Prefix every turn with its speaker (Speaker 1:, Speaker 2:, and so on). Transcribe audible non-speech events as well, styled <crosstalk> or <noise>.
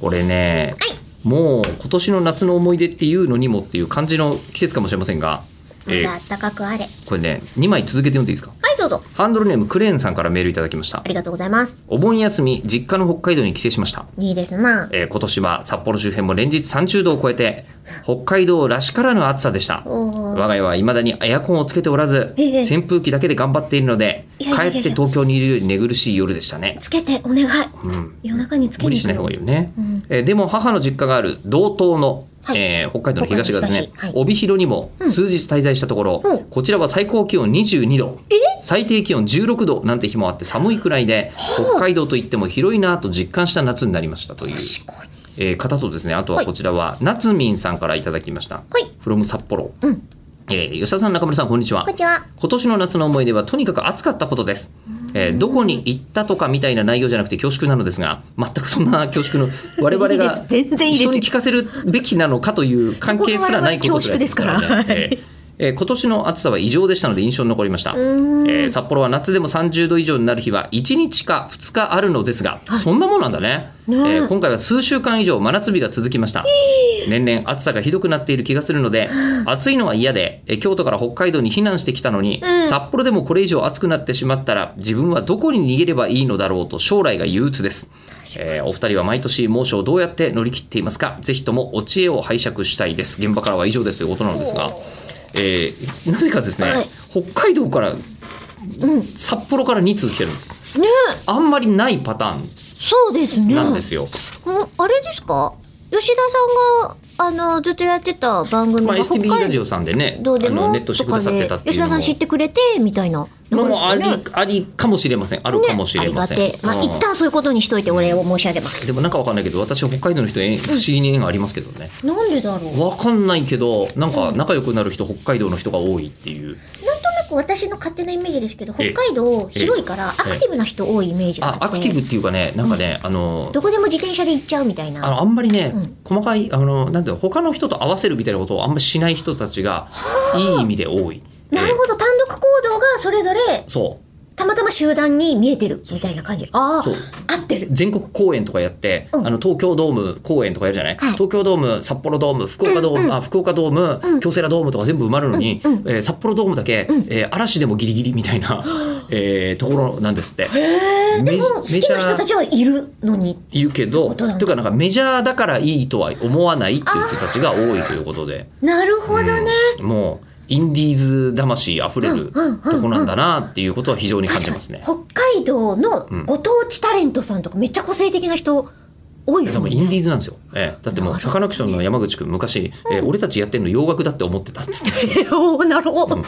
Speaker 1: これね、もう今年の夏の思い出っていうのにもっていう感じの季節かもしれませんが、
Speaker 2: ま
Speaker 1: え
Speaker 2: だあったかくあれ。
Speaker 1: ーこれね2枚続けて読んでいいですか
Speaker 2: はい、どうぞ。
Speaker 1: ハンドルネームクレーンさんからメールいただきました
Speaker 2: ありがとうございます。
Speaker 1: お盆休み実家の北海道に帰省しました
Speaker 2: いいですな。
Speaker 1: えー今年は札幌周辺も連日30度を超えて北海道らしからぬ暑さでした
Speaker 2: おー
Speaker 1: 我が家は未だにエアコンをつけておらず
Speaker 2: ええ
Speaker 1: 扇風機だけで頑張っているので
Speaker 2: いやいやいやい
Speaker 1: 帰
Speaker 2: や
Speaker 1: って東京にいるより寝苦しい夜でしたね
Speaker 2: つけて、お願い。
Speaker 1: うん
Speaker 2: 夜中につけ
Speaker 1: 無理
Speaker 2: に
Speaker 1: しない方がいい
Speaker 2: い。
Speaker 1: よね、
Speaker 2: うん
Speaker 1: えーでも母の実家がある道東の、
Speaker 2: はい
Speaker 1: えー北海道の東側ですね
Speaker 2: 北海道の東はい
Speaker 1: 帯広にも数日滞在したところ、
Speaker 2: うん
Speaker 1: こちらは最高気温22度最低気温16度なんて日もあって寒いくらいで北海道といっても広いなと実感した夏になりましたという
Speaker 2: 確かに。
Speaker 1: えー方とですねあとはこちらは、なつみんさんからいただきました
Speaker 2: はい。
Speaker 1: from 札幌、
Speaker 2: うん
Speaker 1: えー吉田さん中村さんこんにちは
Speaker 2: こんにちは。
Speaker 1: 今年の夏の思い出はとにかく暑かったことです、えーどこに行ったとかみたいな内容じゃなくて恐縮なのですが全くそんな恐縮の我々
Speaker 2: <laughs> いい
Speaker 1: が
Speaker 2: です全然いいです
Speaker 1: 人に聞かせるべきなのかという関係すらないこと
Speaker 2: そこが我々の恐縮ですから
Speaker 1: えーえー今年の暑さは異常でしたので印象に残りました、え
Speaker 2: ーん
Speaker 1: ー札幌は夏でも30度以上になる日は1日か2日あるのですが、そんなもんなんだね
Speaker 2: ねえ
Speaker 1: えー今回は数週間以上真夏日が続きました、年々暑さがひどくなっている気がするので暑いのは嫌でえー京都から北海道に避難してきたのに、
Speaker 2: うん
Speaker 1: 札幌でもこれ以上暑くなってしまったら自分はどこに逃げればいいのだろうと将来が憂鬱です、えーお二人は毎年猛暑をどうやって乗り切っていますかぜひともお知恵を拝借したいです現場からは以上ですということなのですが、えーなぜかですね、
Speaker 2: はい
Speaker 1: 北海道から、札幌から2通来てるんです
Speaker 2: ね
Speaker 1: あんまりないパター
Speaker 2: え、そうですね。
Speaker 1: ンなんですよ、
Speaker 2: もうあれですか吉田さんがあのずっとやってた番組
Speaker 1: ま
Speaker 2: が
Speaker 1: あ、
Speaker 2: 北
Speaker 1: STB ラ
Speaker 2: 海
Speaker 1: ジオさんでね
Speaker 2: 道で
Speaker 1: あの
Speaker 2: も
Speaker 1: ネットして
Speaker 2: と
Speaker 1: くだ
Speaker 2: か
Speaker 1: さって
Speaker 2: で
Speaker 1: たっていう
Speaker 2: 吉
Speaker 1: の
Speaker 2: 田さ
Speaker 1: も
Speaker 2: ん知ってくれてみたいな
Speaker 1: の
Speaker 2: です
Speaker 1: もあ
Speaker 2: か
Speaker 1: り
Speaker 2: ね
Speaker 1: ありかもしれませんあるかもしれません、
Speaker 2: ねありがてえまあ
Speaker 1: うん
Speaker 2: 一旦そういうことにしといてお礼を申し上げます
Speaker 1: でもなんかわかんないけど私北海道の人縁不思議に縁がありますけどね、
Speaker 2: なんでだろうなんと
Speaker 1: わかんないけどなんか仲良くなる人北海道の人が多いっていう
Speaker 2: なく私の勝手なイメージですけど
Speaker 1: ええ
Speaker 2: 北海道広いからア
Speaker 1: ええ
Speaker 2: クティブな人多いイメージがあ
Speaker 1: あ
Speaker 2: って
Speaker 1: アクティブっていうかねなんかね、あの
Speaker 2: どこでも自転車で行っちゃうみたい
Speaker 1: あ
Speaker 2: な
Speaker 1: のあんまりね、
Speaker 2: うん
Speaker 1: 細かいあのなんていうの他の人と合わせるみたいなことをあんまりしない人たちがいい意味で多い。
Speaker 2: なる
Speaker 1: え
Speaker 2: ほど単独行動がそれぞれ
Speaker 1: えそう
Speaker 2: たまたま集団に見えてるみたいな感じああ
Speaker 1: そう
Speaker 2: 合ってる
Speaker 1: 全国公演とかやって、
Speaker 2: うん
Speaker 1: あの東京ドーム公演とかやるじゃない、
Speaker 2: はい
Speaker 1: 東京ドーム札幌ドーム福岡ドーム、あ福岡ドーム、京セラドームとか全部埋まるのに、
Speaker 2: うんうん
Speaker 1: えー札幌ドームだけ、えー嵐でもギリギリみたいな、えーところなんですって。
Speaker 2: えー、で
Speaker 1: メジ
Speaker 2: も好きな人たちはいるのに
Speaker 1: 言うけど
Speaker 2: こととなん
Speaker 1: い
Speaker 2: だ
Speaker 1: うかなんかメジャーだからいいとは思わないっていう人たちが多いということで
Speaker 2: なるほどね、
Speaker 1: もうインディーズ魂あふれる
Speaker 2: うんうんうんうん
Speaker 1: とこなんだなっていうことは非常に感じますね。
Speaker 2: 北海道の
Speaker 1: ん
Speaker 2: ご当地タレントさんとかめっちゃ個性的な人多いです
Speaker 1: で
Speaker 2: も
Speaker 1: も
Speaker 2: ん
Speaker 1: インデ
Speaker 2: ね
Speaker 1: ィーズなんですよ、ええ、だってもうサカナクションの山口くん昔、えー俺たちやってるの洋楽だって思ってたっつって
Speaker 2: <laughs> おーなるほど、
Speaker 1: うん